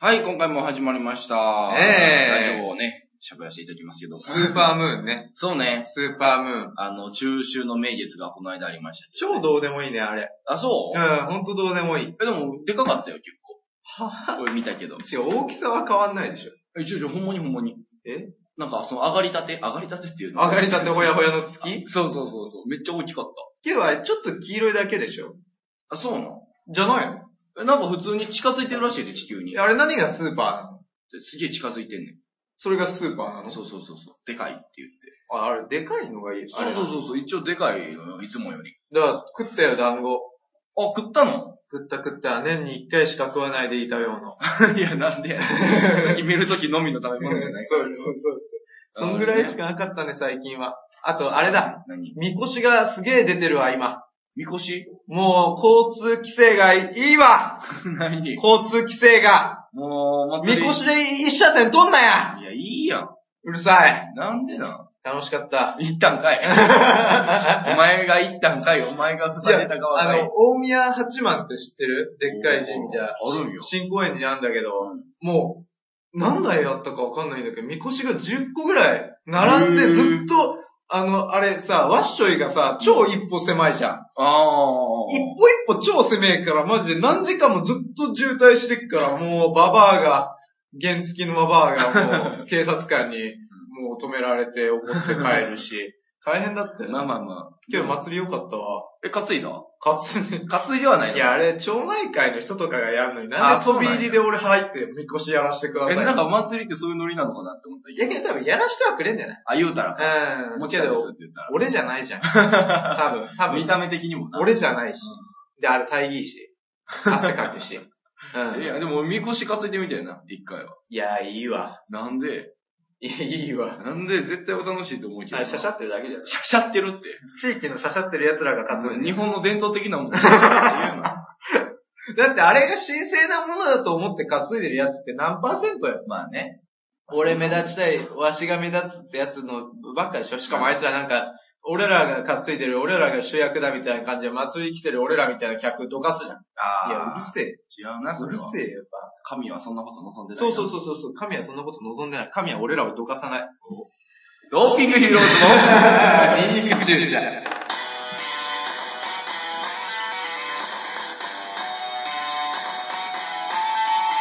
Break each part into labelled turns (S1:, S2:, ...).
S1: はい、今回も始まりました。
S2: ええ
S1: ラジオをね、喋らせていただきますけど。
S2: スーパームーンね。
S1: そうね。
S2: スーパームーン。
S1: あの、中秋の名月がこの間ありましたけど
S2: 超どうでもいいね、あれ。、
S1: あ、そううん
S2: ほんとどうでもいい。
S1: え、でも、でかかったよ、結構。俺見たけど。
S2: 違う、大きさは変わんないでしょ。
S1: え、ちょちょ、ほんまにほんまに。
S2: え
S1: なんか、その、上がりたて上がりたてっていうの
S2: 上がりたてほやほやの月
S1: そうそうそうそう。めっちゃ大きかっ
S2: けどあれ、ちょっと黄色いだけでしょ。
S1: た。あ、そうなの
S2: じゃないの
S1: え、なんか普通に近づいてるらしいで、地球に。
S2: あれ何がスーパーなの
S1: すげえ近づいてんね
S2: それがスーパーなの
S1: ん。そうそうそうそう。でかいって言って。
S2: ああれ、でかいのがいい。あ
S1: そう
S2: れ
S1: そうそうそう。一応でかいのよ、いつもより。
S2: だから、食ったよ、団子。
S1: あ、食ったの
S2: 食った食った。年に一回しか食わないでいたような。
S1: いや、なんでやねん。 さっき見るときのみの食べ物じゃない
S2: そうそうそうそう。そんぐらいしかなかったね、最近は。あと、あれだ。。
S1: 何
S2: みこしがすげえ出てるわ、今。
S1: みこ し
S2: もう、交通規制がいいわ
S1: 何
S2: 交通規制が
S1: もう、祭
S2: み
S1: り。
S2: こしで一車線取んなや
S1: いや、いいやん。
S2: うるさい
S1: なんでなん
S2: 楽しか った。
S1: 行ったんかい。お前が行ったんかい。お前が塞いでた側
S2: あ
S1: かい
S2: の。、大宮八幡って知ってるでっかい神社。
S1: あるんよ。
S2: 新高円寺なんだけど、もう、何台あったかわかんないんだけど、みこしが10個ぐらい並ん
S1: へ
S2: で
S1: ー
S2: ずっと、あの、あれさ、ワッショイがさ、超一歩狭いじゃん。
S1: あ
S2: 一歩一歩超狭いから、マジで何時間もずっと渋滞してっから、もうババアが、原付きのババアがもう警察官にもう止められて怒って帰るし、 大変だった
S1: あ。
S2: よ
S1: まあ
S2: な。
S1: まあまあ。
S2: 今日祭り良かったわ。
S1: え、担いだ
S2: かつね。
S1: 担いではないの
S2: いや、あれ、町内会の人とかがやるのに、な
S1: あ
S2: んで
S1: そうなん
S2: 飛び
S1: や
S2: 入りで俺入って、みこしやらしてくださ
S1: え、
S2: い。
S1: なんかお祭りってそういうノリなのかなって思った
S2: いやけど多分やらしてはくれんじゃな
S1: あ、言うたら。
S2: いうん。
S1: もち
S2: け
S1: ろんですっ
S2: ど、
S1: て言ったら。
S2: 俺じゃないじ ゃん。多分、多
S1: 見
S2: 分。
S1: た目的にもな。
S2: 俺じゃないし。で、あれ、大義し。汗かくし。うん。
S1: いや、でも、みこし担いでみたいな、一回は。
S2: いや、いいわ。
S1: なんで
S2: いや、いいわ。
S1: なんで絶対お楽しいと思うけど
S2: あ
S1: な。
S2: れ、しゃしゃってるだけじゃん。
S1: しゃしゃってるって。
S2: 地域のしゃしゃってる奴らが勝つんだ
S1: 日
S2: よ。
S1: 本の伝統的なものをしゃしゃって言うな。
S2: だって、あれが神聖なものだと思って担いでる奴って何パーセントよ。
S1: まあね。
S2: 俺目立ちたい、わしが目立つってやつのばっかでしょしかもあいつらなんか、俺らが担いでる、俺らが主役だみたいな感じで祭り来てる俺らみたいな客どかすじゃん。いや、う
S1: あ
S2: る
S1: あ。
S2: せえ。
S1: 違うな、そうれ
S2: る
S1: は。
S2: せえよ、ば
S1: 神はそんなこと望んでない。
S2: そうそう
S1: う。
S2: そうそうそう。神はそんなこと望んでない。神は俺らをどかさない。
S1: ドーピングヒーロー ズのニンニク注射。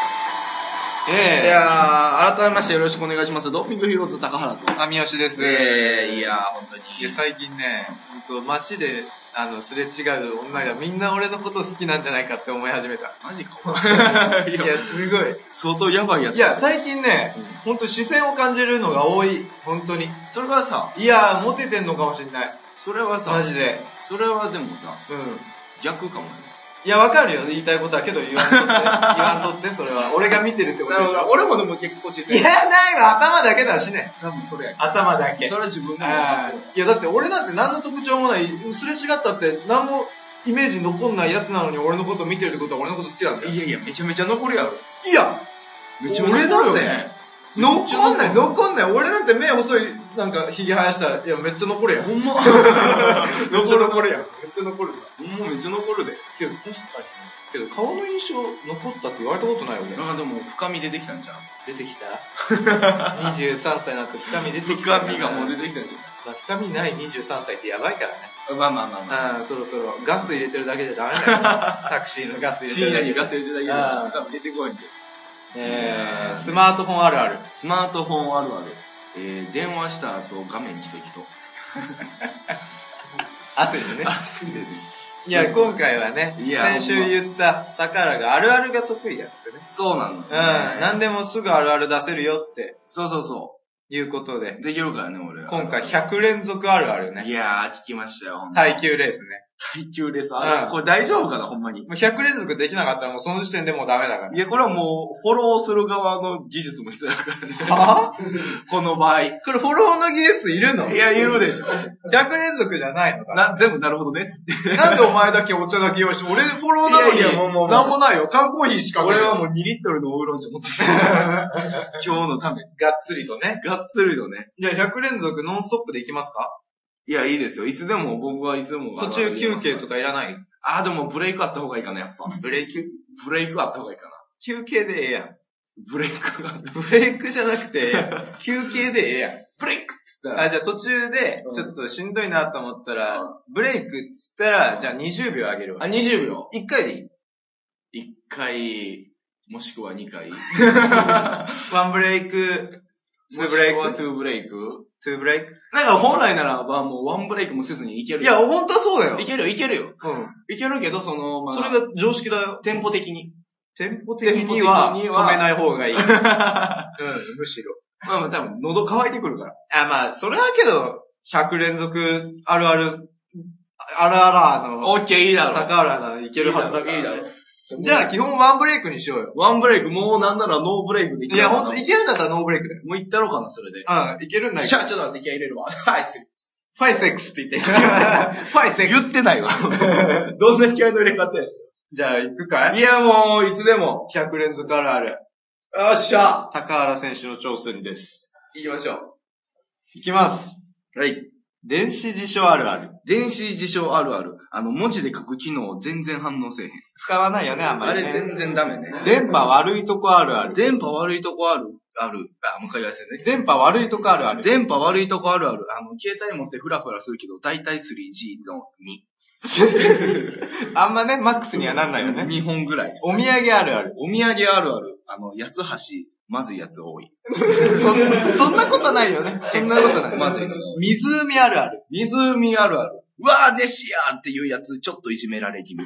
S1: い
S2: ええ
S1: やー、改めましてよろしくお願いします。ドーピングヒーローズ高原と。
S2: ー。神吉です。
S1: えー、いやー、本当に。
S2: いや、最近ね、ほんと街で、あの、すれ違う女がみんな俺のこと好きなんじゃないかって思い始めた。
S1: マジか、お前
S2: い
S1: い
S2: や
S1: や、、
S2: すごい。
S1: 相当やばいやつ。
S2: いや、最近ね
S1: うん、
S2: ほんと視線を感じるのが多い。本当に。
S1: それはさ、
S2: いやー、モテてんのかもしんない。
S1: それはさ、
S2: マジで。
S1: それはでもさ、
S2: うん。
S1: 逆かもね。
S2: いや、わかるよ。言いたいことはけど言わんとって。言わんとって、それは。 俺が見てるってことでしょ。
S1: 俺もでも結構視
S2: いや、ないわ。頭だけだしね。
S1: 多分それや
S2: 頭だ
S1: け
S2: け
S1: ど。そ。れは自分でも
S2: あーいや、だって俺なんて何の特徴もない、すれ違ったって何もイメージ残んないやつなのに俺のこと見てるってことは俺のこと好きなんだよ。
S1: いやいや、めちゃめちゃ残るやろ。
S2: いや、
S1: めちゃめちゃ残るよね。
S2: 残んない、残んない。俺なんて目細い、なんか髭生やしたら、いや、めっちゃ残るやん。
S1: ほんま。ほ
S2: 残る残るやん。めっちゃ残るな。
S1: んまめっちゃ残るで。
S2: けど、確かに。けど、顔の印象残ったって言われたことないよね。
S1: なんかでも深み出てきたんじゃん。
S2: 出てき た ?23 歳になって深み出てきた。
S1: 深みがもう出てきたんじ
S2: まあ深みない23歳ってやばいからね。
S1: ゃん。まあまあまあまあ。
S2: ああ、そろそろガス入れてるだけじゃダメ だよ。タクシーのガス入
S1: 深
S2: れて
S1: 夜に
S2: るだけじゃ。
S1: ガス入れてた
S2: あー
S1: だけど、深み出てこいんで。
S2: えー、スマートフォンあるある。
S1: スマートフォンあるある。えー、電話した後画面ギトギト。
S2: 汗でね。
S1: あ、すげえね
S2: いや、今回はね、
S1: いや
S2: 先週言った宝があるあるが得意なんですよね。
S1: そうなの。
S2: うん、何でもすぐあるある出せるよって
S1: そうそうそ
S2: いうこと
S1: う。
S2: で、
S1: できるからね、俺は。
S2: 今回100連続あるある
S1: い
S2: ね。
S1: やー、聞きましたよ、ほんま
S2: 耐。久レースね。
S1: 耐久レース。あ
S2: うん
S1: れ、これ大丈夫かな、ほんまに。
S2: もう100連続できなかったらもうその時点でもうダメだから。
S1: いや、これはもう、フォローする側の技術も必要だからね。
S2: は
S1: この場合。い
S2: これフォローの技術いるの
S1: や、いるでしょ。
S2: ?100 連続じゃないのかな
S1: な、全部なるほどね、つって。
S2: なんでお前だけお茶だけ用意して、俺フォローなのに
S1: いやいやもうもうもう
S2: なんもないよ。缶コーヒーしか
S1: 俺はも
S2: う、
S1: う2リットルのオーロン茶持ってきた。今日のために。
S2: がっつりとね。
S1: がっつりとね。
S2: じゃあ100連続ノンストップでいきますか
S1: いや、いいですよ。いつでも、僕はいつでも。
S2: 途中休憩と
S1: か。
S2: かいらない
S1: あー、でもブレイクあった方がいいかな、やっぱ。
S2: ブレーキ
S1: ブレイクあった方がいいかな。
S2: 休憩でええやん。
S1: ブレイクが。
S2: ブレイクじゃなくて、休憩でええやん。
S1: ブレイクっつったら、
S2: あ、じゃあ途中で
S1: うん、
S2: ちょっとしんどいなと思ったら、
S1: うん
S2: ブレイクっつったら、じゃあ20秒あげる
S1: あ、
S2: わ。
S1: 20秒。
S2: 1回で いい
S1: 1回、もしくは2回。
S2: ワンブレイク、ツーブレイ
S1: もし
S2: ク、
S1: くは2ブレイク。
S2: ツーブレイク。
S1: なんか本来ならばもう1ブレイクもせずにいける。
S2: いや、、ほんとはそうだよ。
S1: いけるよ、いけるよ。
S2: うん。
S1: いけるけど、その、まあ、
S2: それが常識だよ。
S1: テンポ的に。
S2: 店舗的には
S1: 店舗的に
S2: 止
S1: は
S2: めない方がいい。 うん、むしろ。
S1: まあまあ多分喉乾いてくるから。
S2: あ、まあ、それはけど、100連続あるある、あるあらの、
S1: オッケー、いいだろう。
S2: 高原なのいけるはずだから、
S1: いいだろう。
S2: じゃあ基本ワンブレイクにしようよ。
S1: ワンブレイク、もうなんならノーブレイクでい
S2: いや、ほん
S1: ん
S2: と、いけるんだったらノーブレイクだよ。
S1: もういったろうかな、それで。
S2: うん、いけるんだけ
S1: シ
S2: ど。
S1: ャーちょっと待って、気合い入れるわ。はい、す
S2: ファイセックスって言っ て。ファイセックス。言ってないわ。
S1: ぐ どんな気合いの入れ方や。
S2: じゃあ、行くかい
S1: いや、もう、いつでも。
S2: 100連続あるある。
S1: よっしゃ
S2: 高原選手の挑戦です。
S1: 行きましょ
S2: いきます。
S1: う。はい。
S2: 電子辞書あるある。
S1: 電子辞書あるある。あの、文字で書く機能全然反応せえへん。
S2: 使わないよね、あんま
S1: あ
S2: り、
S1: れ
S2: ね。
S1: 全然ダメね。
S2: 電波悪いとこあるある。
S1: 電波悪いとこあるある。あ、もう一回言わせてね。
S2: 電波悪いとこあるある。
S1: 電波悪いとこあるある。あの、携帯持ってフラフラするけど、だいたい 3G の
S2: あんまね、マックスにはなんないよ
S1: 2。
S2: ね。
S1: 2本ぐらいです。
S2: お土産あるある。
S1: お土産あるある。あの、八つ橋、まずいやつ多い。
S2: そんな、そんなことない よね。そんなことない。
S1: まずいのが多い。
S2: 湖あるある。
S1: 湖あるある。うわー、弟子やーっていうやつ、ちょっといじめられ気味。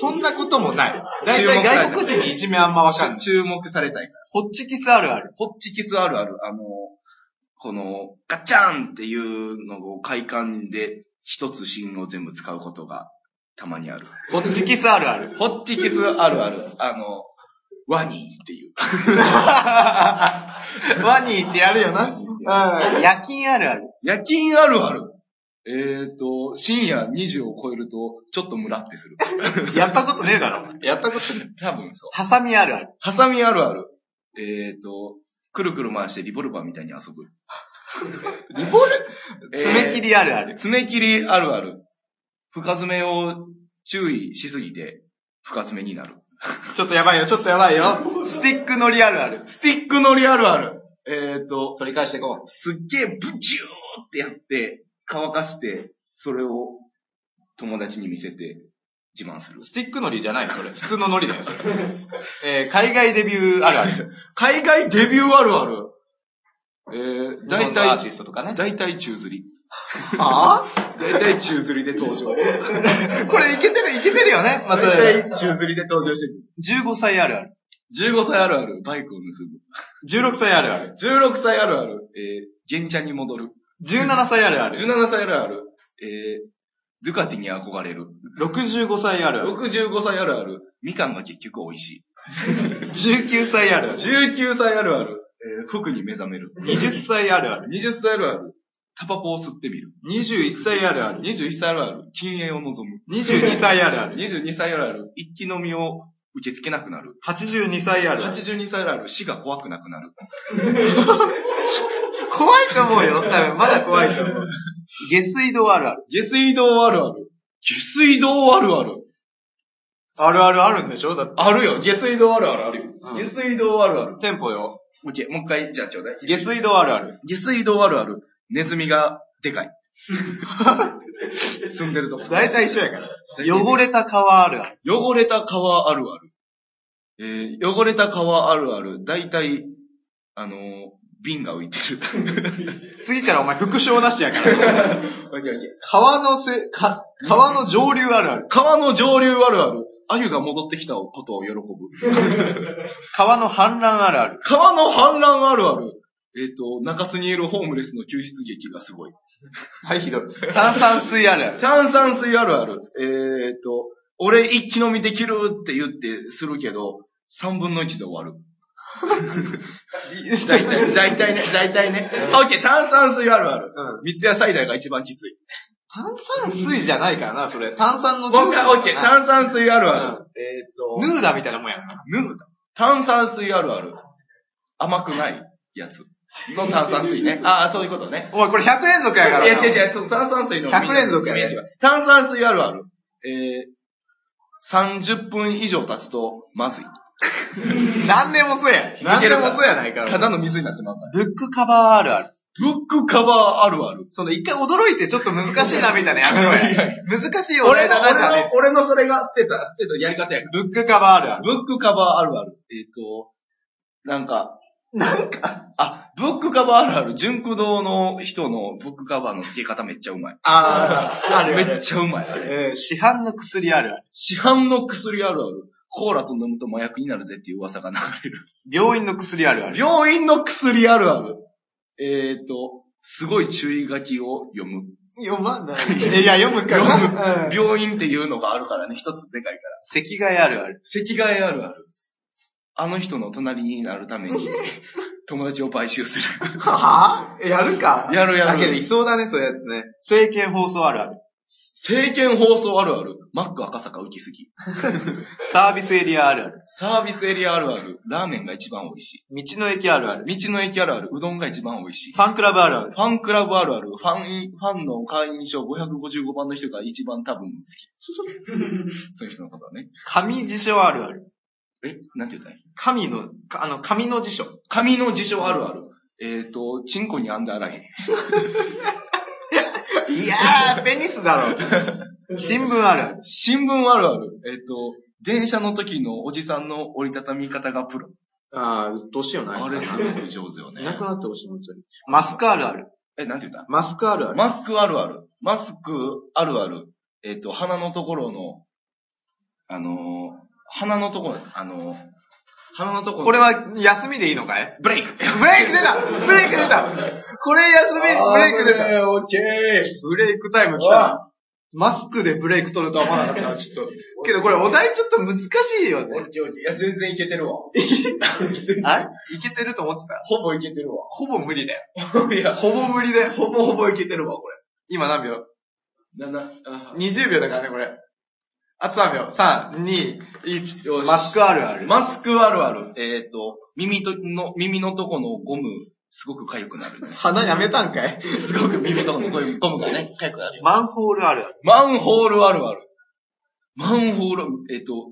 S2: そんなこともない。だいたい外国人にいじめあんまわかんない。
S1: 注目されたいから。
S2: ホッチキスあるある。
S1: ホッチキスあるある。あの、この、ガチャンっていうのを快感で、一つ芯を全部使うことが、たまにある。
S2: ホッチキスあるある。
S1: ホッチキスあるある。あの、ワニーっていう。
S2: ワニーってやるよな。うん。夜勤あるある。
S1: 夜勤あるある。えっ、ー、と、深夜2時を超えると、ちょっとムラってする。
S2: やったことねえだろ。やったことねえ。
S1: 多分そう。
S2: ハサミあるある。
S1: ハサミあるある。えっ、ー、と、くるくる回してリボルバーみたいに遊 ぶ。リボル、
S2: 爪切りあるあ
S1: えー
S2: る。
S1: 爪切りあるある。深爪を注意しすぎて、深爪になる。
S2: ちょっとやばいよ、ちょっとやばいよ。スティックのりあるある。
S1: スティック乗りあるある。えっ、ー、と、
S2: 取り返していこう。
S1: すっげえブチューってやって、乾かして、それを友達に見せて自慢する。
S2: スティックのりじゃないよ、それ。普通ののりだよ、それ。えー、海外デビューあるある。
S1: 海外デビューあるある。えー、
S2: 日
S1: 大
S2: 本のアー
S1: 体
S2: ティ、ストとかね。
S1: 大体宙吊り。
S2: はぁ、
S1: 大体宙吊りで登場。
S2: これいけてる、いけてるよね。ま
S1: 大
S2: た、
S1: 体宙吊りで登場してくる。
S2: 15歳あるある。
S1: 15歳あるある、バイクを盗
S2: 16歳あるある。
S1: む。16歳あるある、えー、現茶に戻る。
S2: 17歳あるある。
S1: 17歳あるある、えー、ドゥカティに憧れる。
S2: 65歳あるある。
S1: 65歳あるある、みかんが結局美味しい。
S2: 19歳あるある。
S1: 19歳あるある、えー、服に目覚める。
S2: 20歳あるある。
S1: 20歳あるある、タバコを吸ってみる。
S2: 21歳あるある。
S1: 21歳あるある、禁煙を望む。
S2: 22歳あるある。
S1: 22歳あるある、一気飲みを受け付けなくなる。
S2: 82歳あるある。
S1: 82歳あるある、死が怖くなくなる。
S2: 怖いと思うよ。多分まだ怖いと思う。下水道あるある。
S1: 下水道あるある。下水道あるある。
S2: あるあるあるんでしょだって。
S1: あるよ、下水道あるあるあるよ。
S2: うん
S1: 下水道あるある。
S2: 店舗よ。
S1: オッケー、もう一回、じゃあちょうだい。
S2: 下水道あるある。
S1: 下水道あるある。ネズミがで かい。住んでるとこ。
S2: 大体一緒やから。汚れた川あるある。
S1: 汚れた川あるある。えー、汚れた川あるある。大体、あのー瓶が浮いて る。
S2: 次からお前副賞なしやから。
S1: オッケーオッケー
S2: 川のせ、か、川の上流あるある。
S1: 川の上流あるある。鮎が戻ってきたことを喜ぶ。
S2: 川の氾濫あるある。
S1: 川の氾濫あるある。えっ、と、中洲にいるホームレスの救出劇がすごい。
S2: はい、ひどい。炭酸水あるある。
S1: 炭酸水あるある。えっ、と、俺一気飲みできるって言ってするけど、三分の一で終わる。大体、大体ね、大体ね。あオッケー、炭酸水あるある。
S2: うん
S1: 三ツ矢サイダーが一番きつい。
S2: 炭酸水じゃないからな、それ。炭酸の
S1: もう一回、オッケー、炭酸水あるある。
S2: えっと。ヌーダみたいなもんやな。
S1: 脱ぐだ。炭酸水あるある。甘くないやつ。の炭酸水 ね。ああ、そういうことね。
S2: お前これ100連続やからな。
S1: いや、違う違う、ちょっと炭酸水の。
S2: 100連続やね
S1: い違う炭酸水あるある。えー、30分以上経つと、まずい。
S3: 何年もそうや。何年もそうやないか
S1: ただの水になってまうから。
S2: ブックカバーあるある。
S1: ブックカバーあるあ る。
S2: その一回驚いてちょっと難しいなみたいなやめろ
S1: いや
S2: や。難しいお題だなじゃね
S1: 俺のそれが捨てた、捨てたやり方やか
S2: ブックカバーある
S1: ら。
S2: ある。
S1: ブックカバーあるある。えっ、と、なんか、なんか、あ、ブックカバーあるある。純駆動の人のブックカバーの付け方めっちゃうまい。
S2: ああ、あるあ
S1: めっ
S2: る。
S1: ちゃうまい、あれ。
S2: うん市販の薬あるある。
S1: 市販の薬あるある。コーラと飲むと麻薬になるぜっていう噂が流れる。
S2: 病院の薬あるある。
S1: 病院の薬あるある。えっ、と、すごい注意書きを読む。
S2: 読ま ない。いや、読むから。
S1: 読
S2: うん
S1: 病院っていうのがあるからね、一つでかいから。
S2: 席替えあるある。
S1: 席替えあるある。あの人の隣になるために、友達を買収する。
S2: はぁやるか
S1: やるやる
S2: だけどいそうだね、そういうやつね。政見放送あるある。
S1: 政見放送あるある。マック赤坂浮きすぎ。
S2: サービスエリアあるある。
S1: サービスエリアあるある。ラーメンが一番美味し
S2: 道の駅あるある。
S1: い。道の駅あるある。うどんが一番美味しい。
S2: ファンクラブあるある。
S1: ファンクラブあるある、ファン、ファンの会員証555番の人が一番多分好き。そういう人のことはね。
S2: 紙辞書あるある。
S1: え、なんて言ったらいい
S2: 神の、かあの、紙の辞書。
S1: 紙の辞書あるある。えっ、と、チンコにあんで洗えへん。
S2: いやー、ペニスだろ。 新聞あるある。
S1: 新聞あるある。えっ、と、電車の時のおじさんの折りたたみ方がプロ。
S2: あー、どうしような
S1: あれすごい上手よね
S2: い。なくなってほしい、本当に。マスクあるある。
S1: え、なんて言った
S2: マスクあるある。
S1: マスクあるある。マスクあるある。えっ、と、鼻のところの、あのー鼻のところ、あのー鼻のところ、
S2: これ、は休みでいいのかい
S1: ブレイク
S2: ブレイク出たブレイク出たこれ休み、ブレイク出た。
S3: オッケー。
S2: ブレイクタイム来たな。マスクでブレイク取るとは思わなかった、ちょっと。けどこれお題ちょっと難しいよね。
S3: ケーオッケー。いや、全然いけてる わ。
S2: あれいけてると思ってた
S3: ほぼいけてるわ。
S2: ほぼ無理だよ。
S3: いや、
S2: ほぼ無理だよ。ほぼほぼいけてるわ、これ。今何秒
S3: な、な、あ
S2: ?20 秒だからね、これ。あと3秒。3、2、1。
S1: よし
S2: マスクあるある。
S1: マスクあるある。えっ、と、耳との、耳のとこのゴム、すごく痒くなる。
S2: 鼻やめたんかい
S1: すごく耳のとこのゴムゴムがね、痒くなるよ。
S2: マンホールあるある。
S1: マンホールあるある。マンホール、えっ、と、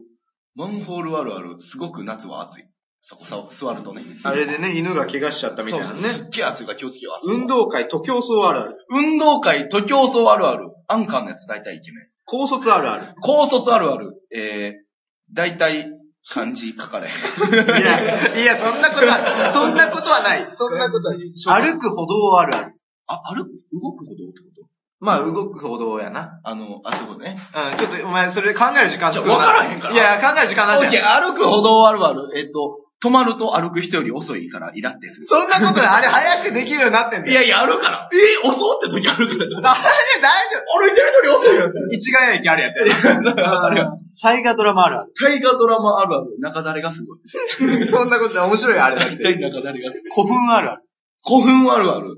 S1: マンホールあるある。すごく夏は暑い。そこさ、座るとね。
S2: あれでね、犬が怪我しちゃったみたいな
S1: そう
S2: ね。
S1: すっげえ暑いから気をつけよう。
S2: 運動会、徒競走あるある。
S1: 運動会、徒競走あるある。アンカーのやつ大体イケメン。
S2: 高卒あるある。
S1: 高卒あるある。えー、大体漢字書かれへん。
S2: いや、いや、そんなことは、そんなことはない。そんなことはない。歩く歩道あるある。
S1: あ、歩く、動くほどってこと
S2: まあ、動く歩道やな。
S1: あの、あ、そういうことね。
S2: うん、ちょっと、お前、それ考える時間
S1: じゃあ
S2: 作るな
S1: 分からへんから
S2: いや、考える時間な
S1: オ
S2: い
S1: ッ
S2: じ
S1: ケ
S2: ゃん。
S1: ー、歩く歩道あるある。えっ、と、止まると歩く人より遅いからイラってする。
S2: そんなことない。あれ、早くできるようになってんだ
S1: い
S2: よ。
S1: やいや、あるから。えー、遅って時あるから。
S2: あれ、大丈夫。歩いてる人に遅いよ。一概駅あるやつ やね。大河ドラマあるあ
S1: 大河ドラマあるある。中だれがすごい。
S2: る。そんなことない。面白いよ、あれだって。
S1: 大体中だれがすごい。
S2: 古墳あるある。
S1: 古墳あるある。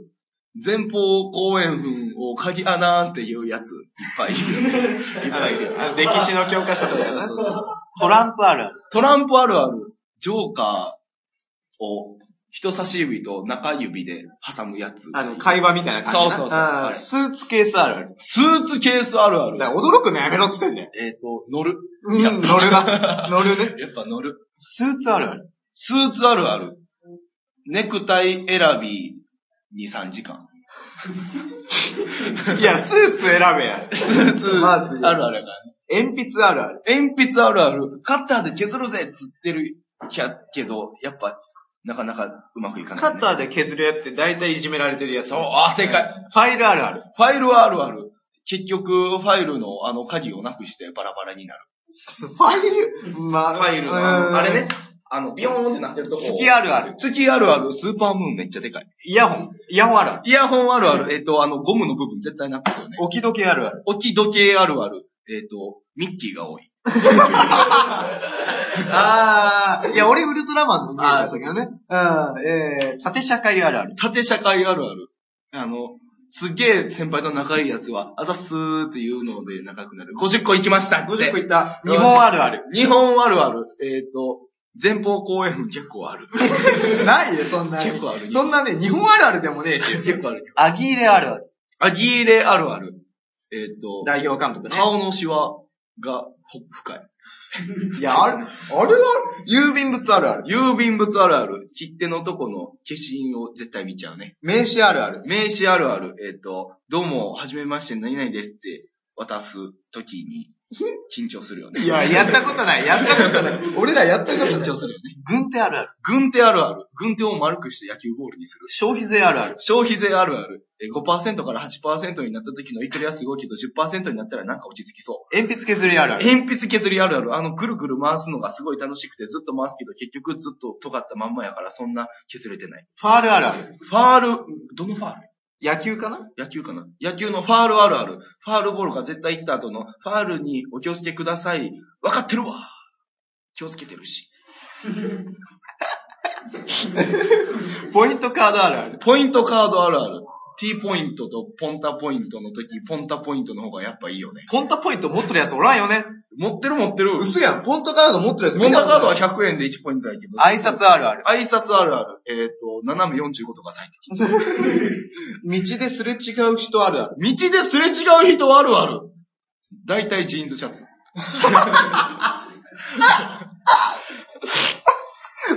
S1: 前方後円墳を鍵穴っていうやつ、いっぱいい るよね。いっぱいいるよね。
S2: あの歴史の教科書とか
S1: そう
S2: な
S1: そうそう
S2: トランプあるある。
S1: トランプあるある、ジョーカーを人差し指と中指で挟むやつ。
S2: あの、会話みたいな感じな。
S1: そうそうそう
S2: あー
S1: あれ
S2: スーツケースあるある。
S1: スーツケースあるある
S2: だ。から驚くのやめろっつってんだよ。
S1: えっ、と、乗る。
S2: うん、
S1: や
S2: 乗るな。乗るね。
S1: やっぱ乗る。
S2: スーツあるある。
S1: スーツあるある。ネクタイ選び2、3時間。
S2: いや、スーツ選べや。
S1: スーツ
S2: マ
S1: あ
S2: ジ
S1: るあるやからね。
S2: 鉛筆あるある。
S1: 鉛筆あるある。カッターで削るぜっつってるきゃけど、やっぱ、なかなかうまくいかない、ね。
S2: カッター
S1: で。
S2: で削るやつって大体いじめられてるやつ。
S1: そう、あ、正解。
S2: ファイルあるある。
S1: ファイルはあるある。結局、ファイルのあの鍵をなくしてバラバラになる。
S2: ファイルまあ、
S1: ファイルのあ
S2: うん
S1: の、あれね。あの、ビヨーンってなってるとこ。
S2: 月あるある。
S1: 月あるある。スーパームーンめっちゃでかい。
S2: イヤホン。イヤホンあるある。
S1: イヤホンあるある。えっ、と、あの、ゴムの部分絶対なくすよね。
S2: 置き時計あるある。
S1: 置き時計あるある。えっ、と、ミッキーが多い。
S2: ああ、いや、俺ウルトラマンのゲームだったけどね。うん、えー、縦社会あるある。
S1: 縦社会あるある。あの、すげえ先輩と仲いいやつは、あざっすーっていうので仲良くなる。50個行きましたって。
S2: 50個いった。日本あるある。
S1: 日本あるある。えっ、と、前方後円墳結構ある。
S2: ないよ、そんな。
S1: 結構ある
S2: そんなね、日本あるあるでもねえし。
S1: 結構ある。
S2: アギーレあるある。
S1: アギーレあるある。えっ、と、
S2: 代表監督ね。
S1: 顔のシワがほ深い。
S2: いや、あれ、あれは、郵便物あるある。
S1: 郵便物あるある、切手のとこの消印を絶対見ちゃうね。
S2: 名刺あるある。
S1: 名刺あるある、えっ、と、どうも、はじめまして、何々ですって渡すとき に、緊張するよね。
S2: いや、やったことない、やったことない。俺らやったことない
S1: 緊。張するよね。
S2: 軍手あるある。
S1: 軍手あるある、軍手を丸くして野球ボールにする。
S2: 消費税あるある。
S1: 消費税あるある、えー5%から8%になった時のいくらはすごいけど、10%になったらなんか落ち着きそう。
S2: 鉛筆削りあるある。
S1: 鉛筆削りあるある、あの、ぐるぐる回すのがすごい楽しくてずっと回すけど、結局ずっと尖ったまんまやから、そんな削れてない。
S2: ファールあるある。
S1: ファール、どのファール
S2: 野球かな
S1: 野球かな野球のファールあるある。ファールボールが絶対行った後の、ファールにお気をつけください。わかってるわ気をつけてるし。
S2: ポイントカードあるある。
S1: ポイントカードあるある。T ポイントとポンタポイントの時、ポンタポイントの方がやっぱいいよね。
S2: ポンタポイント持ってるやつおらんよね。
S1: 持ってる持ってる。
S2: 嘘やん。ポンタカード持ってるやつ
S1: ポンタカードは
S2: は
S1: 100円で1ポイントやけど。
S2: 挨拶あるある。
S1: 挨拶あるある。えっ、と、斜め45とか最適。
S2: 道ですれ違う人あるある。
S1: 道ですれ違う人あるある。大体ジーンズシャツ。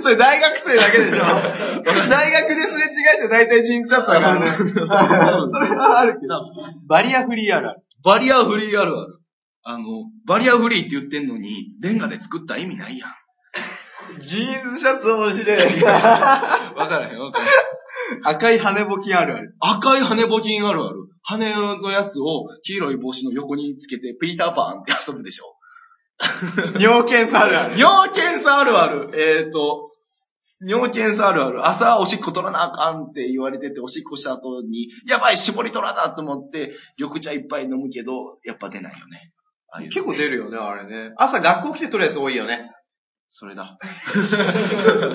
S2: それ大学生だけでし ょ。大学ですれ違いって大体人殺だから ね。それはあるけど。バリアフリーあるある。
S1: バリアフリーあるある。あの、バリアフリーって言ってんのに、レンガで作った意味ないやん。
S2: ジーンズシャツ面白い。
S1: わからへんわからへん。
S2: 赤い羽ぼきあるある。
S1: 赤い羽募金あるある。羽のやつを黄色い帽子の横につけて、ピーターパンって遊ぶでしょ。
S2: 尿検査あるある。
S1: 尿検査あるある。えっ、と、尿検査あるある。朝おしっこ取らなあかんって言われてて、おしっこした後に、やばい、絞り取らなと思って、緑茶いっぱい飲むけど、やっぱ出ないよね。ああいうの
S2: 結構出るよね、あれね。朝学校来て取るやつ多いよね。
S1: それだ。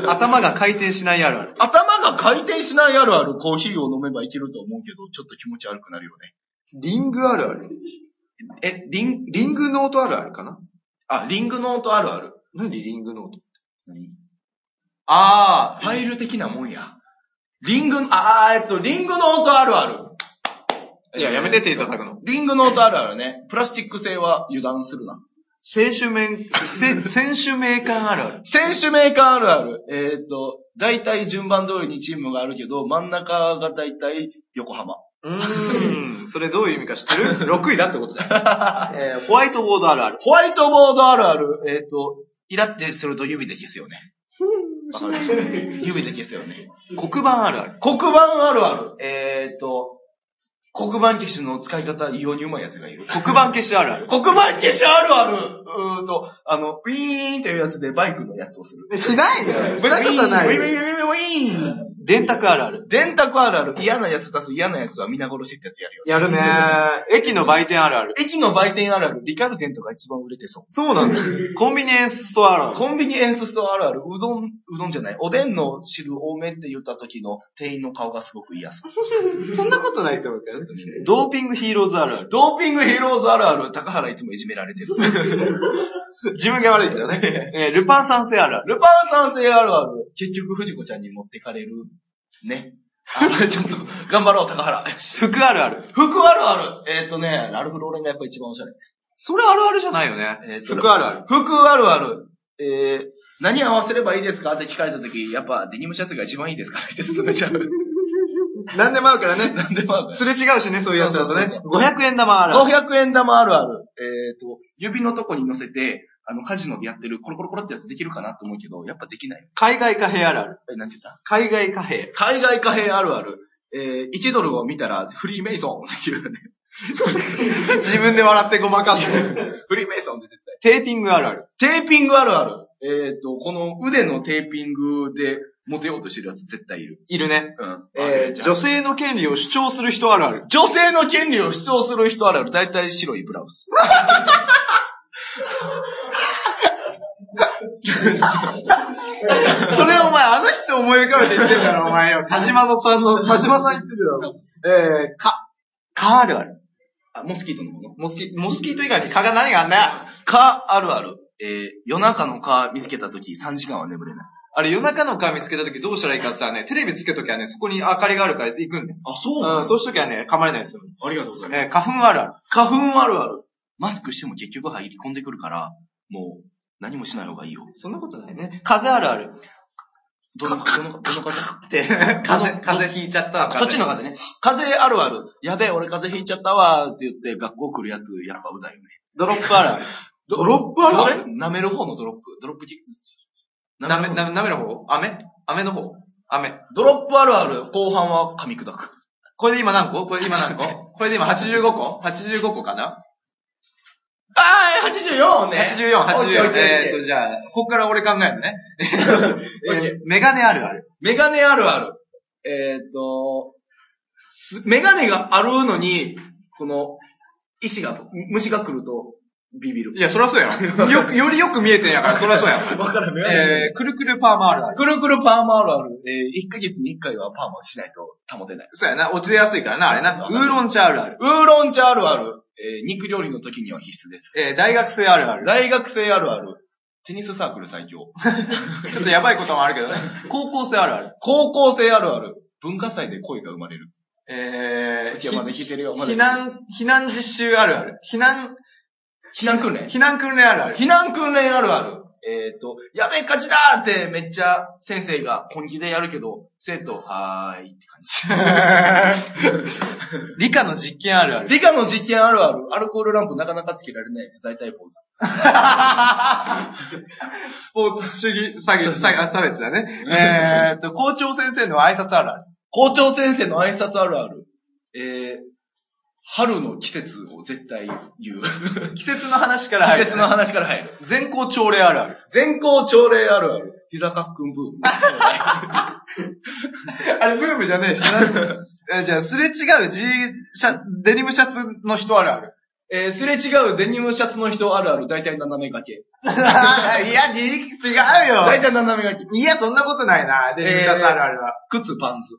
S2: 頭が回転しないあるある。
S1: 頭が回転しないあるある、コーヒーを飲めばいけると思うけど、ちょっと気持ち悪くなるよね。
S2: リングあるある。
S1: え、リン、
S2: リングノートあるあるかな
S1: あ、リングノートあるある。
S2: 何リングノート
S1: 何
S2: あ
S1: ファイル的なもんや。リング、あー、えっと、リングノートあるある。
S2: あ。いや、やめてって叩くの。
S1: リングノートあるあるね。プラスチック製は油断するな。
S2: 選手面、せ選手名感あるある。
S1: 選手名鑑あるある。えーっと、大体順番通りにチームがあるけど、真ん中が大体横浜。
S2: うーん。 それどういう意味か知ってる ?6 位だってこと だよ。えーホワイトボードあるある。
S1: ホワイトボードあるある。えーっと、イラってすると指で消すよね。わかる指で消すよね。
S2: 黒板あるある。
S1: 黒板あるある。えーっと、黒板消しの使い方、異様にうまいやつがいる。
S2: 黒板消しあるある。
S1: 黒板消しあるある。うーんと、あの、ウィーンっていうやつでバイクのやつをする。
S2: しないよ。したことな
S1: ウィーン
S2: い。
S1: ウィーンウィーンウィーンウィーン。
S2: 電卓あるある。
S1: 電卓あるある。嫌なやつ出す嫌なやつは皆殺しってやつやるよね。
S2: やるねー。駅の売店あるある。
S1: 駅の売店あるある、リカルデンとか一番売れてそ
S2: そうなんだ。コンビニエンスストアあるあ
S1: う。
S2: る。
S1: コンビニエンスストアあるある、うどん、うどんじゃない、おでんの汁多めって言った時の店員の顔がすごく嫌 そう。
S2: そんなことないと思うけど。ドーピングヒーローズあるある。
S1: ドーピングヒーローズあるある、高原いつもいじめられてる。
S2: 自分が悪いけどね。 えールパン三世あるある。
S1: ルパン三世あるある、結局藤子ちゃんに持ってかれる。ね。 あちょっと、頑張ろう、高原。
S2: 服あるある。
S1: 服あるある。えっ、とね、ラルフローレンがやっぱ一番おしゃれ。
S2: それあるあるじゃないよね。
S1: えーと
S2: 服あるある。
S1: 服あるある。えー、何合わせればいいですかって聞かれた時、やっぱデニムシャツが一番いいですかって勧めちゃ う。
S2: 何でも合うからね。
S1: なんでも合うから
S2: すれ違うしね、そういうやつだとね
S1: そう。
S2: 500円玉あるある。
S1: 500円玉あるある。えっ、と、指のとこに乗せて、あの、カジノでやってるコロコロコロってやつできるかなと思うけど、やっぱできない。
S2: 海外貨幣あるある。
S1: え、なんて言った
S2: 海外貨幣。
S1: 海外貨幣あるある。えー、1ドルを見たら、フリーメイソンっていうね。
S2: 自分で笑ってごまかす。
S1: フリーメイソンで絶対。
S2: テーピングあるある。
S1: テーピングあるある。えっ、と、この腕のテーピングでモテようとしてるやつ絶対いる。
S2: いるね。
S1: うん。
S2: えー女性の権利を主張する人あるある。
S1: 女性の権利を主張する人あるある。だいたい白いブラウ ス。
S2: それお前、あの人思い浮かべて言ってんだろ、お前よ。田島のさんの、田島さん言ってるだろ。えー、か、かあるある。
S1: あ、モスキートのもの
S2: モスキ、モスキート以外に蚊が何があんだよ。
S1: 蚊あるある。えー、夜中の蚊見つけたとき3時間は眠れない。
S2: あれ、夜中の蚊見つけた時どうしたらいいかってさ、ね、テレビつけときゃね、そこに明かりがあるから行くんだよ。
S1: あ、そう
S2: うん、そうしときゃね、噛まれないですよ。
S1: ありがとうございます。
S2: えー、花粉あるある。
S1: 花粉あるある。マスクしても結局入り込んでくるから、もう、何もしない方がいいよ。
S4: そんなことないね。風あるある。
S1: どの、どの、どの風
S4: って、風、風邪ひいちゃったわ
S1: そっちの風ね。風あるある。やべえ、俺風邪ひいちゃったわーって言って学校来るやつ、やっぱうざいよね。
S4: ドロップあるある。
S2: ドロップ
S1: あ
S2: あ
S1: れ
S2: る
S1: 舐める方のドロップ。ドロップキック。
S2: なめ、なめ、なめの方飴飴の方飴。
S1: ドロップあるある。後半は噛み砕く。
S2: これで今何個これで今何個これで今85個 ?85 個かな
S1: あー、84オッ
S2: ?84、
S1: ケーオッ
S2: 84。
S1: ケー
S2: えーと、じゃあ、ここから俺考えるね。え
S1: オッケー
S2: ー メガネあるある。
S1: メガネあるある。えっ、と、すメガネがあるのに、この、石がと、虫が来ると、ビビる
S2: い。や、そりゃそうやろ。 よく、よりよく見えてんやから、そりゃそうやろ。
S1: わからん、メガネ。
S2: えー、くるくるパーマあるある。
S1: くるくるパーマあるある。えー、1ヶ月に1回はパーマしないと保てない。
S2: そうやな、落ちやすいからな、あれな。ウーロン茶あるある。
S1: ウーロン茶あるある。えー、肉料理の時には必須です。
S2: えー、大学生あるある。
S1: 大学生あるある。テニスサークル最強。
S2: ちょっとやばいこともある けどね。高校生あるある。
S1: 高校生あるある。文化祭で恋が生まれる。
S2: えー、
S1: いや、まだ聞いてるよ。まだ
S2: 避難、避難実習あるある。避難、
S1: 避難訓練
S2: 避難訓練あるある。
S1: 避難訓練あるある。えっ、と、やべえ勝ちだーってめっちゃ先生が本気でやるけど、生徒、はーいって感
S2: 理科の実験 あるあ る。
S1: じ。理科の実験あるある。アルコールランプなかなかつけられないやつ、大体ポーズ。
S2: スポーツ主義詐欺、詐欺、差別だね。えーっと、校長先生の挨拶あるある。
S1: 校長先生の挨拶あるある。えー、春の季節を絶対言う。
S2: 季節の話から
S1: 季
S2: 入る。
S1: 節の話から入る。
S2: 全校朝礼あるある。
S1: 全校朝礼あるある。膝かっくんブーム。
S2: あれ、ブームじゃ ねえし。えーじゃあ、すれ違う G シャ、デニムシャツの人あるある。
S1: えー、すれ違うデニムシャツの人あるある。大体斜め掛け。
S2: いや、D 違う
S1: 大
S2: よ。
S1: 体斜め掛け。
S2: いや、そんなことないな。デニムシャツあるあるは。
S1: 靴、パンツ。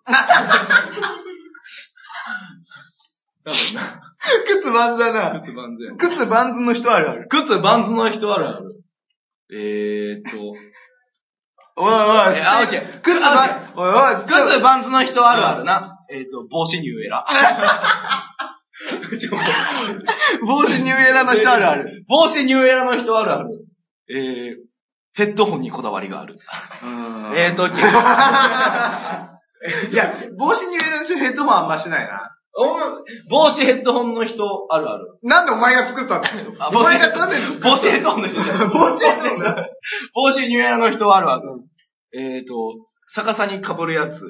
S2: 靴バンズだな。
S1: 靴、パンツやね
S2: 靴バンズの人あるある。
S1: 靴、バンズの人あるある。えーっと、
S2: おいおい、
S1: えあオッケー
S2: 靴バン、おいおい、
S1: 靴、バンズの人あるあるな。えーっと、帽子ニューエラ。
S2: 帽子ニューエラの人あるある。
S1: 帽子ニューエラの人あるある。えー、ヘッドホンにこだわりがある。えーっと、オッケー
S2: いや、帽子ニューエラの人ヘッドホンあんましないな。
S1: おん帽子ヘッドホンの人あるある。
S2: なんでお前が作ったんだ
S1: あ
S2: お
S1: 帽子
S2: 前がなんで作った
S1: 帽子ヘッドホンの人じゃん。
S2: 帽子ヘッドホン
S1: 帽子ニューエラの人あるある。えーっと、逆さに被るやつ。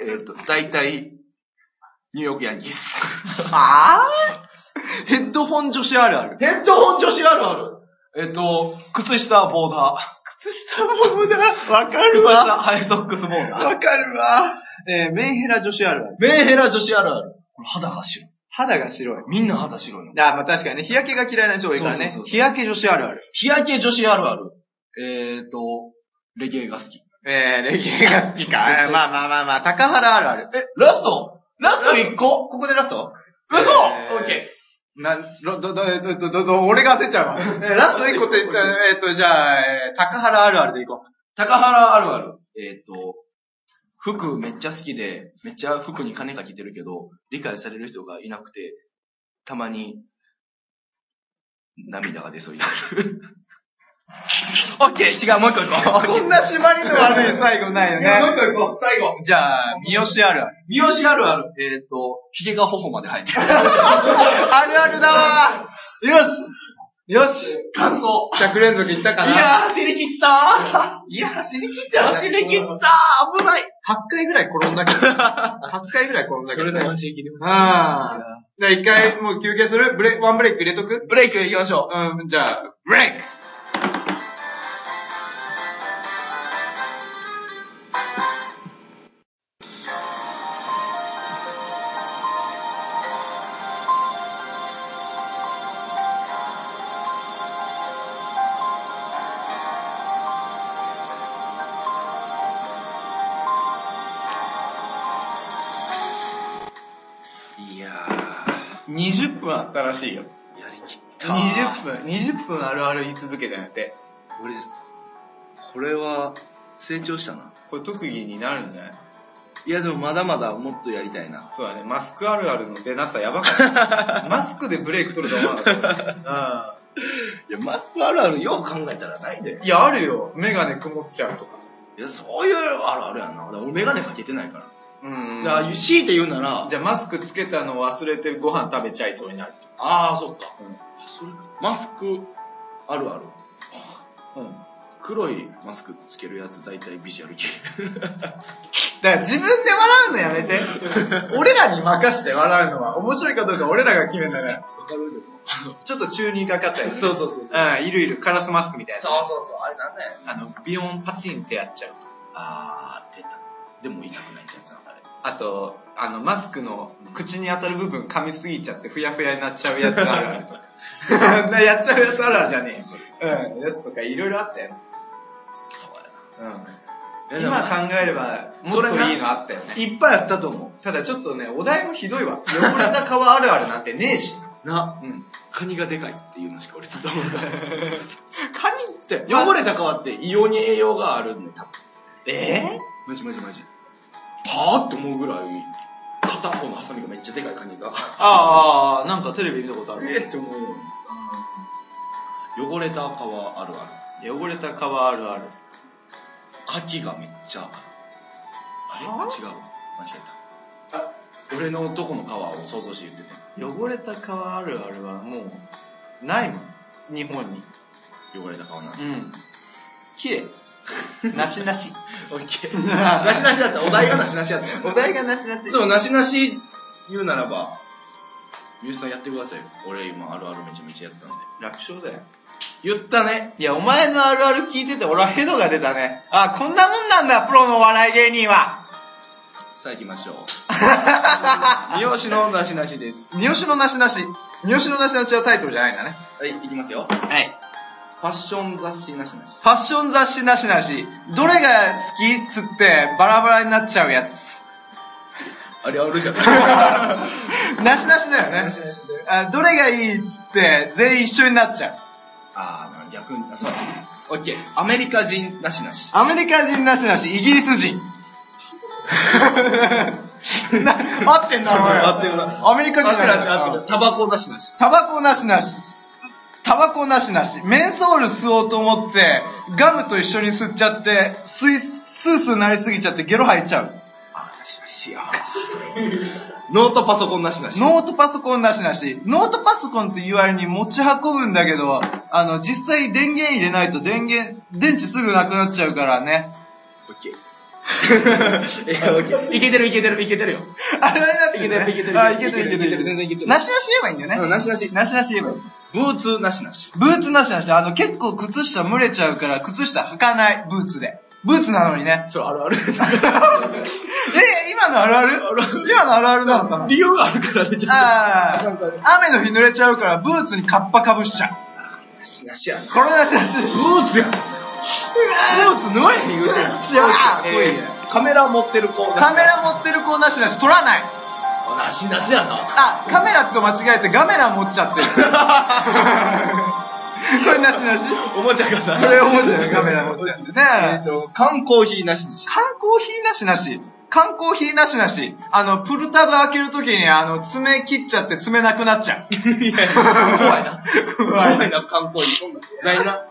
S1: えーっと、大体、ニューヨークヤンキース。
S2: あーヘッドホン女子あるある。
S1: ヘッドホン女子あるある。えっと、靴下ボーダー。
S2: 靴下も無駄。わか
S1: 靴
S2: るわ。
S1: 下ハイソックスボーダー。
S2: わかるわ。えー、メンヘラ女子あるある。
S1: メンヘラ女子あるある。これ肌が白い。
S2: 肌が白い。
S1: みんな肌白いの。
S2: あーまあ確かにね、日焼けが嫌いな人多いから
S1: そ
S2: ね
S1: うそうそう。
S2: 日焼け女子あるある。
S1: 日焼け女子あるある。えっ、ー、と、レゲエが好き。
S2: えー、レゲエが好き か。えーまあまあまあまあ、高原あるある。
S1: え、ラストラスト1個
S2: ここでラスト
S1: 嘘、
S2: えー
S1: オッケ
S2: なん、ど、ど、ど、ど、ど、ど、ど、俺が焦っちゃう わ。えーラスト1個って言ったら、えーっと、じゃあ、えー高原あるあるでいこう。
S1: ー。高原あるある。えっ、ー、と、服めっちゃ好きで、めっちゃ服に金かけてるけど、理解される人がいなくて、たまに、涙が出そうにな る。オッケー違う、もう一個行こう。
S2: こんな締まりの 悪い最後ないよね。
S1: もう一個行こう、最後。
S2: じゃあ、三好あるある。
S1: 三好あるある。えっ、と、髭が頬まで生えてる。
S2: あるあるだわーよしよし
S1: 感想。
S2: !100 連続いったか
S1: い
S2: な
S1: やー、走り切った
S2: いや、走り切っ
S1: ー
S2: たよね
S1: 走り切ったー危ない
S2: !8 回ぐらい転んだ けど。8回ぐらい転んだけど。
S1: で走り切りま
S2: ああ。じゃあ一回もう休憩するブレ、ワンブレイク入れとく
S1: ブレイク行きましょ
S2: うん、じゃあ、ブレイク
S1: う。いやー、
S2: !20 分あったらしいよ。
S1: やり切った
S2: 20
S1: 20分。
S2: 分、20分あるある言い続けたんやって。
S1: 俺、これは、成長したな。
S2: これ特技になるんじゃない
S1: いや、でもまだまだもっとやりたいな。
S2: そうだ ね、マスクあるあるの出なさやばかった。マスクでブレイク取ると思わなかった。うん。
S1: いや、マスクあるあるよう考えたらないで。
S2: いや、あるよ。メガネ曇っちゃうとか。
S1: いや、そういうあるあるやんな。だから俺メガネかけてないから。
S2: うん
S1: だから、強いて言うなら、
S2: じゃあ、マスクつけたの忘れてご飯食べちゃいそうになる。
S1: ああ、そっか
S2: うん。
S1: あそれかマスク、あるある。
S2: うん。
S1: 黒いマスクつけるやつ大体ビジュアル系。
S2: だから自分で笑うのやめて。俺らに任して笑うのは面白いかどうか俺らが決めるんだから。
S1: わかるで
S2: ちょっと中にかかったり、ね。
S1: そうそうそうそう。
S2: うん、いるいる、カラスマスクみたいな。
S1: そうそうそう、あれなんだよ。
S2: あの、ビヨンパチンってやっちゃう。
S1: あー、出た。でも痛くないってやつなんだね。
S2: あと、あの、マスクの口に当たる部分噛みすぎちゃってふやふやになっちゃうやつあ るある とか。なやっちゃうやつあるあるじゃねえよ。うん、やつとかいろいろあったよね。
S1: そうや
S2: うん。
S1: いや
S2: 今考えれば、も
S1: そ
S2: っ
S1: れ
S2: と
S1: ない
S2: いのあったよね。
S1: いっぱいあったと思
S2: ただちょっとね、お題もひどいわ。汚れた皮あるあるなんてねえし。
S1: う。な、
S2: うん。
S1: カニがでかいっていうのしか俺ずっ と思ってない。
S2: カニって
S1: 汚れた皮って異様に栄養があるんで、多分。
S2: え
S1: マジマジマジ。パーって思うぐらい、片方のハサミがめっちゃでかいカニが、
S2: ー、ああ、なんかテレビ見たことある。
S1: えって思うように。汚れた皮あるある。
S2: 汚れた皮あるある。
S1: 牡蠣がめっちゃある。あれ
S2: は
S1: 違うわ。間違えた。俺の男の皮を想像して言ってて。
S2: 汚れた皮あるあるはもう、ないもん。日本に。
S1: 汚れた皮なの。
S2: うん。綺 麗。なしなし。
S1: オッケ ー。なしなしだった。お題がなしなし だったよ。
S2: お題がなしなし。
S1: そう、なしなし言うならば、ゆうさんやってくださいよ。俺今あるあるめちゃめちゃやったんで。
S2: 楽勝だよ。
S1: 言ったね。
S2: いや、お前のあるある聞いてて俺はヘドが出たね。あ、こんなもんなんだ、プロのお笑い芸人は。
S1: さあ行きましょう。三好のなしなしです。
S2: 三好のなしなし。三好のなしなしはタイトルじゃないんだね。
S1: はい、行きますよ。
S2: はい。
S1: ファッション雑誌なしなし。
S2: ファッション雑誌なしなし。どれが好きっつってバラバラになっちゃうや つ。
S1: あれあ るじゃん。な
S2: なしなしだよね。
S1: しなしで。
S2: あどれがいいっつって全員一緒になっちゃう。
S1: あー、逆に、あ、そうだ。オッケー。アメリカ人なしなし。
S2: アメリカ人なしなし、イギリス 人。な合ってんな、お前。
S1: 合ってるな
S2: アメリカ人なし
S1: あ
S2: なし。
S1: タバコなしなし。
S2: タバコなしなし。タバコなしなし。メンソール吸おうと思って、ガムと一緒に吸っちゃって、吸い、スースーなりすぎちゃってゲロ吐いちゃう。
S1: あー、なしなし。あー、それ。ノートパソコンなしなし。
S2: ノートパソコンなしなし。ノートパソコンって言われに持ち運ぶんだけど、あの、実際電源入れないと電源、電池すぐなくなっちゃうからね。
S1: オ ッケー。いや、オッケー。いけてるいけてるいけてるよ。
S2: あれあれだって
S1: いけてるいけてる。
S2: あ、いけてるいけてる。
S1: 全然いけてる。
S2: なしなし言えばいいんだよ
S1: う
S2: ね。
S1: んなしなし。
S2: なしなし言えばいい。
S1: ブーツなしなし。
S2: ブーツなしなし。あの、結構靴下蒸れちゃうから、靴下履かない、ブーツで。ブーツなのにね。
S1: そう、あ るある。
S2: え、今のあるある今のあるあるなのかな
S1: 理由があるからね、ちょっと。
S2: あ
S1: あかんあか
S2: あ。雨の日濡れちゃうから、ブーツにカッパかぶしちゃう。
S1: なしなしやな。
S2: これなしなしです。
S1: ブーツやん。
S2: ブーツ脱がれへんよ、うち
S1: う
S2: う
S1: わ
S2: わー
S1: えーカメラ持ってる子。
S2: カメラ持ってる子なしなし、撮らない。
S1: なしなしやな。
S2: あ、カメラと間違えてガメラ持っちゃって る。これなしなし
S1: おもちゃがな。
S2: これ面白い、カメラ持っちゃってる。ね
S1: えっと、缶コーヒーなしなし。
S2: 缶コーヒーなしなし。缶コーヒーなしなし。あの、プルタブ開けるときに、あの、爪切っちゃって爪なくなっちゃ う。
S1: いや、怖いな。
S2: 怖い
S1: 怖いな、缶コーヒー。ないな。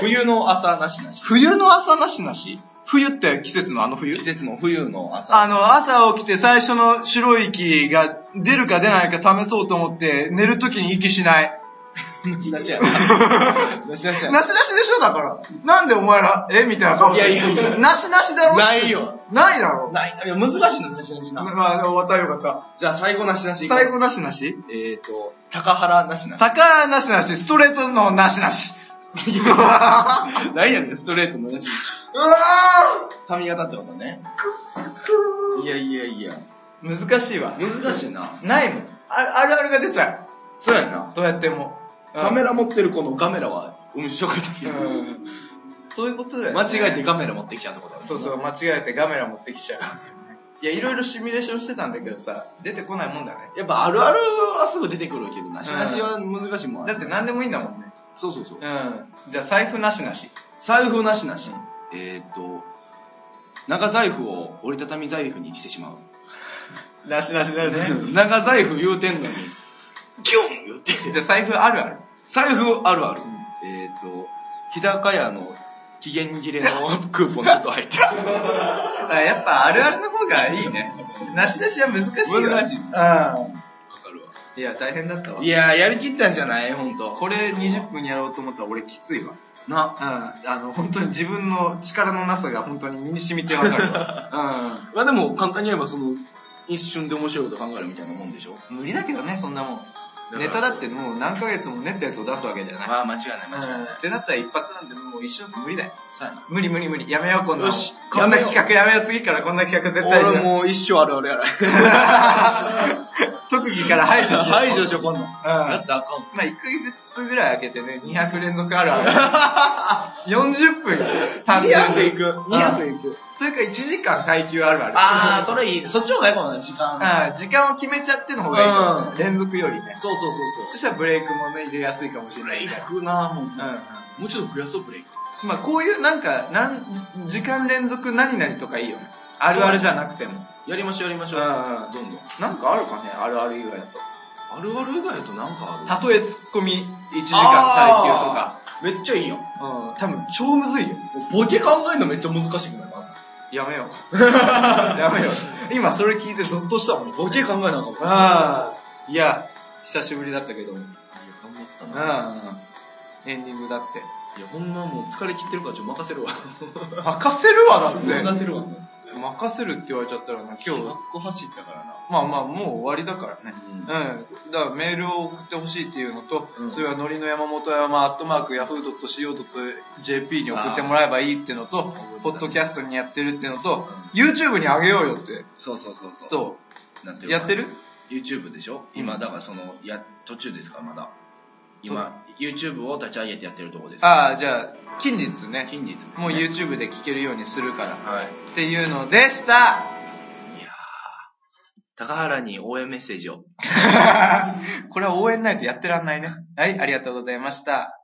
S1: 冬の朝なしなし。
S2: 冬の朝なしなし冬って季節のあの冬
S1: 季節の冬の朝。
S2: あの、朝起きて最初の白い息が出るか出ないか試そうと思って、寝るときに息しない。
S1: なしなしや な。なしなしやな。
S2: なしなしでしょだから。なんでお前ら、えみたいな顔して
S1: いやいやいや
S2: なしなしだろ
S1: ないよ。
S2: ないだろ
S1: ないな。いや、難しいな、なしなし
S2: ま
S1: な。
S2: あ、終わったよかっ
S1: じゃあ最後なしなし。
S2: た。最。後なしなし
S1: えっと、高原なし なし。
S2: 高原なしなし、ストレートのなしなし。
S1: 何やねん、ストレートのなしなし。
S2: うわ
S1: 髪型ってことね。いやいやいや。
S2: ー難しいわ。
S1: 難しいな。
S2: ないもん。ああるあるが出ちゃ
S1: そうやな
S2: う。。どうやっても。
S1: カメ
S2: ラ。
S1: ラ持ってる子のガメラは面白かったけど。
S2: うんそういうことだよ、ね。
S1: 間違えてガメラ持ってきちゃうってことだよね
S2: そうそう、間違えてガメラ持ってきちゃう。いや、いろいろシミュレーションしてたんだけどさ、出てこないもんだね。
S1: やっぱあるあるはすぐ出てくるけど、なしなしは難しいもんある。
S2: だって何でもいいんだもんね。
S1: そうそうそう。
S2: うん。じゃあ財布なしなし。
S1: 財布なしなし。えーっと、長財布を折りたたみ財布にしてしまう。
S2: なしなしだよね。
S1: 長財布言うてんのに、ギュン言うて。
S2: じゃあ財布あるある。
S1: 財布あるある。えっ、と、日高屋の期限切れのクーポンちょっと入ってる。
S2: あやっぱあるあるの方がいいね。なしなしは難しいよ。
S1: 難しい
S2: うん。い
S1: わかるわ。
S2: や、大変だったわ
S1: い。やー、やりきったんじゃないほんと。
S2: これ20分やろうと思ったら俺きついわ。
S1: な。
S2: うん。あの、本当に自分の力のなさが本当に身に染みてわかる わ。
S1: まあでも、簡単に言えばその、一瞬で面白いこと考えるみたいなもんでしょ
S2: うん。無理だけどね、そんなもん。ネタ
S1: だ
S2: だってもう何ヶ月も練ったやつを出すわけじゃない。
S1: まあ間違いない、間違いない。
S2: ってなったら一発なんてもう一緒だと無理だよ。
S1: さあ
S2: 無理無理無理。やめよう、こんなの
S1: よし
S2: こんな
S1: やめよう
S2: 企画やめよう、次からこんな企画絶対し
S1: 俺
S2: ない。
S1: もう一生あるあるやら。
S2: 特技から排除しよ う。
S1: 排除しよう、こんなん。
S2: うん
S1: だってあかん。
S2: まあ、1ヶ月ぐらい開けてね、200連続あるあ る。40分よ単純に。
S1: く。
S2: 200
S1: いく。
S2: それから1時間耐久あるある。
S1: あー、それいい。そっちの方がいいかもな、時間。
S2: ああ時間を決めちゃっての方がいいかもしれない。連続よりね。
S1: そうそうそう
S2: そ
S1: そ
S2: したらブレイクもね、入れやすいかもし
S1: う。
S2: れないから。
S1: クなもう
S2: うんうん
S1: もうちょっと増やそう、ブレイク。
S2: まあ、こういうなんか、なん、時間連続何々とかいいよね。あるあるじゃなくても。
S1: やりましょう、やりまし
S2: う
S1: ょ
S2: んうん
S1: う。
S2: なん
S1: どんどん。
S2: かあるかね、あるある以外だ
S1: あるある以外だとなんかある
S2: と。例えツッコミ1時間耐久とか。
S1: めっちゃいいやん。
S2: うん。多分超むずいよ。
S1: ボケ考えるのめっちゃ難しくないまず。
S2: やめよ う。やめよう。今それ聞いてゾッとしたもん。
S1: ボケ考えなあかんもん。
S2: ああ。いや、久しぶりだったけど。うん。
S1: いや、頑張ったな。
S2: エンディングだって。
S1: いや、ほんまもう疲れ切ってるからちょっと任せるわ。
S2: 任せるわだって。
S1: 任せるわ。
S2: 任せるって言われちゃったらな、今日、
S1: 学校走ったからな。
S2: まあまあもう終わりだからね。
S1: う
S2: うんん。だからメールを送ってほしいっていうのと、
S1: うん
S2: それはのりの山本山アットマーク yahoo.co.jp に送ってもらえばいいっていうのと、ポッドキャストにやってるっていうのと、YouTube にあげようよって。
S1: そうそうそうそう。
S2: そ。
S1: なんていううの
S2: やってる
S1: ?YouTube でしょ今、だからその、や、途中ですから、まだ。今、YouTube を立ち上げてやってるとこです。
S2: ああ、じゃあ、近日ね。
S1: 近日ですね
S2: もう YouTube で聴けるようにするから。っ
S1: はい。
S2: ていうのでした。
S1: いやー高原に応援メッセージを。
S2: これは応援ないとやってらんないね。はい、ありがとうございました。